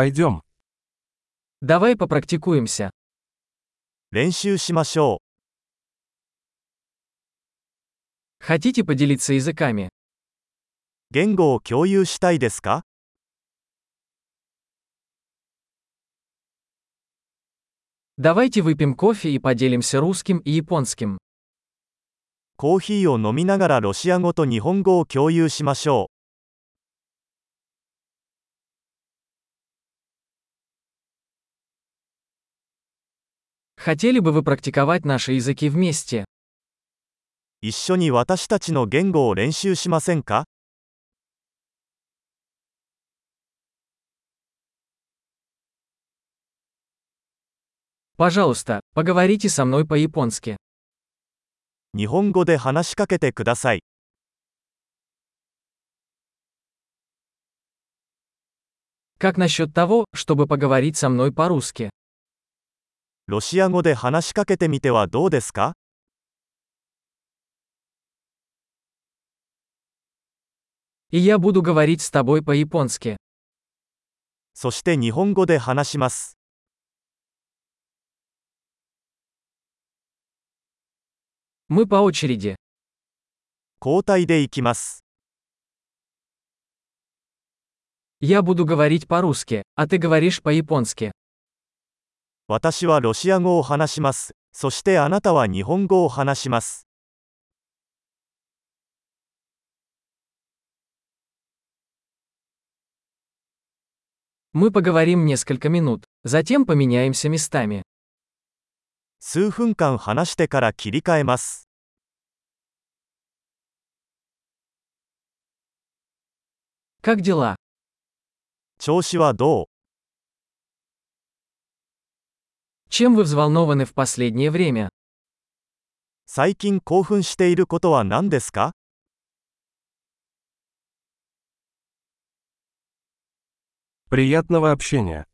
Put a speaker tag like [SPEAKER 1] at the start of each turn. [SPEAKER 1] Пойдем.
[SPEAKER 2] Давай попрактикуемся.
[SPEAKER 3] 練習しましょ
[SPEAKER 2] Хотите поделиться языками?
[SPEAKER 3] う。言語を共有したいですか
[SPEAKER 2] Давайте выпьем кофе и поделимся русским и японским.
[SPEAKER 3] コーヒーを飲みながらロシア語と日本語を共有しましょ
[SPEAKER 2] Хотели бы вы практиковать наши языки вместе?
[SPEAKER 3] う。一緒に私たちの言語を練習しませんか
[SPEAKER 2] Пожалуйста, поговорите со мной по-японски.
[SPEAKER 3] 日本語で話しかけてください。
[SPEAKER 2] Как насчет того, чтобы поговорить со мной по-русски?
[SPEAKER 3] ロシア語で話しかけてみてはどうですか
[SPEAKER 2] И я буду говорить с тобой по-японски.
[SPEAKER 3] そして日本語で話します。
[SPEAKER 2] Мы по очереди.
[SPEAKER 3] 交代でいきます。
[SPEAKER 2] Я буду говорить по-русски, а ты говоришь по-японски.
[SPEAKER 3] 私はロシア語を話します。そしてあなたは日本語を話します。
[SPEAKER 2] Мы поговорим несколько минут, затем поменяемся местами.
[SPEAKER 3] 数分間話してから切り替えます。
[SPEAKER 2] Как дела?
[SPEAKER 3] 調子はどう
[SPEAKER 2] Чем вы взволнованы в последнее время?
[SPEAKER 3] 最近興奮していることは何ですか
[SPEAKER 1] Приятного общения.